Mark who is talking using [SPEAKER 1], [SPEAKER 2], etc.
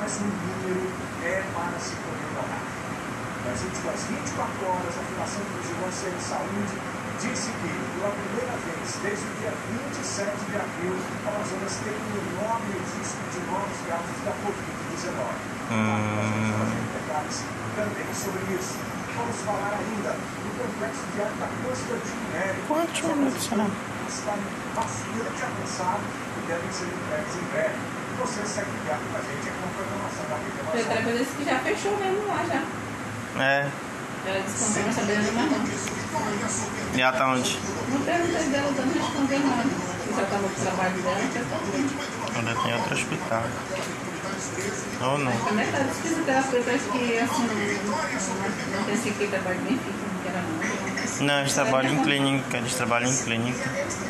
[SPEAKER 1] mas o número é para se comemorar. Nas últimas 24 horas, a Fundação de Vigilância em Saúde disse que, pela primeira vez desde o dia 27 de abril, Amazonas tem um enorme registro de novos casos da Covid-19. Hum. Detalhes também sobre isso. Vamos falar ainda do complexo de alta custa de minério.
[SPEAKER 2] Quantos minutos será?
[SPEAKER 1] Está bastante avançado e devem ser entregues em breve. Você segue ligado com a gente aqui na programação da Rede Amazônia.
[SPEAKER 3] Outra coisa disse que já fechou mesmo lá já.
[SPEAKER 2] É.
[SPEAKER 3] Ela disse que não estava sabendo mais não.
[SPEAKER 2] E ela tá onde?
[SPEAKER 3] Não perguntei dela, ela não respondeu nada. é Ela já estava no trabalho dela, já estava
[SPEAKER 2] Ainda tem é? outro hospital. Ou não.
[SPEAKER 3] Também tá disse que aquelas coisas que assim, não, não pensei que trabalho bem feito, não era não.
[SPEAKER 2] Não, eles trabalham em clínica. Eles trabalham em clínica.